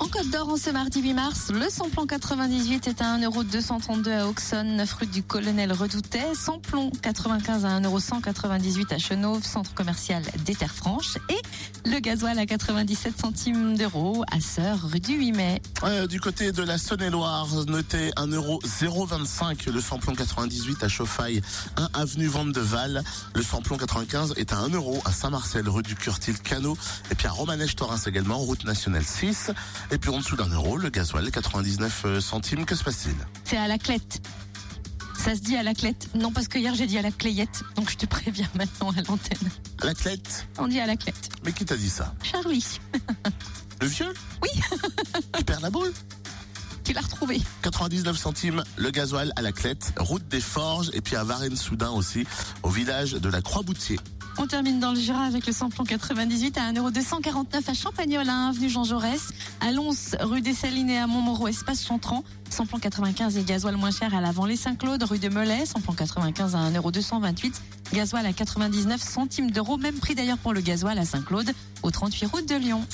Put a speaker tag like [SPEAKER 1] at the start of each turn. [SPEAKER 1] en Côte d'Or, en ce mardi 8 mars, le samplon 98 est à 1,232€ à Auxonne, 9 rue du Colonel Redoutet, samplon 95 à 1,198€ à Chenauve, centre commercial des Terres Franches, et le gasoil à 97 centimes d'euros à Sœur, rue du 8 mai.
[SPEAKER 2] Euh, du côté de la Saône-et-Loire, notez 1,025€ le samplon 98 à Chauffaille, 1 avenue Vente de Val. Le samplon 95 est à 1€ à Saint-Marcel, rue du Curtil Canot. Et puis à Romanèche-Torins également, route nationale 6. Et puis en dessous d'un euro, le gasoil 99 centimes. Que se passe-t-il
[SPEAKER 1] C'est à la clette. Ça se dit à la clette. Non, parce que hier j'ai dit à la clayette, donc je te préviens maintenant à l'antenne.
[SPEAKER 2] À La clette
[SPEAKER 1] On dit à la clette.
[SPEAKER 2] Mais qui t'a dit ça
[SPEAKER 1] Charlie,
[SPEAKER 2] Le vieux
[SPEAKER 1] Oui.
[SPEAKER 2] Tu perds la boule
[SPEAKER 1] tu l'as retrouvé.
[SPEAKER 2] 99 centimes, le gasoil à la clette, route des Forges, et puis à Varennes-Soudain aussi, au village de la Croix-Boutier.
[SPEAKER 1] On termine dans le Jura avec le samplon 98 à 1,249€ à Champagnol, à 1 avenue Jean Jaurès, à Lons, rue des Salines et à Montmoreau, espace Chantran. Samplon 95 et gasoil moins cher à l'avant les Saint-Claude, rue de Melay. Samplon 95 à 1,228€. Gasoil à 99 centimes d'euros. Même prix d'ailleurs pour le gasoil à Saint-Claude, au 38 route de Lyon.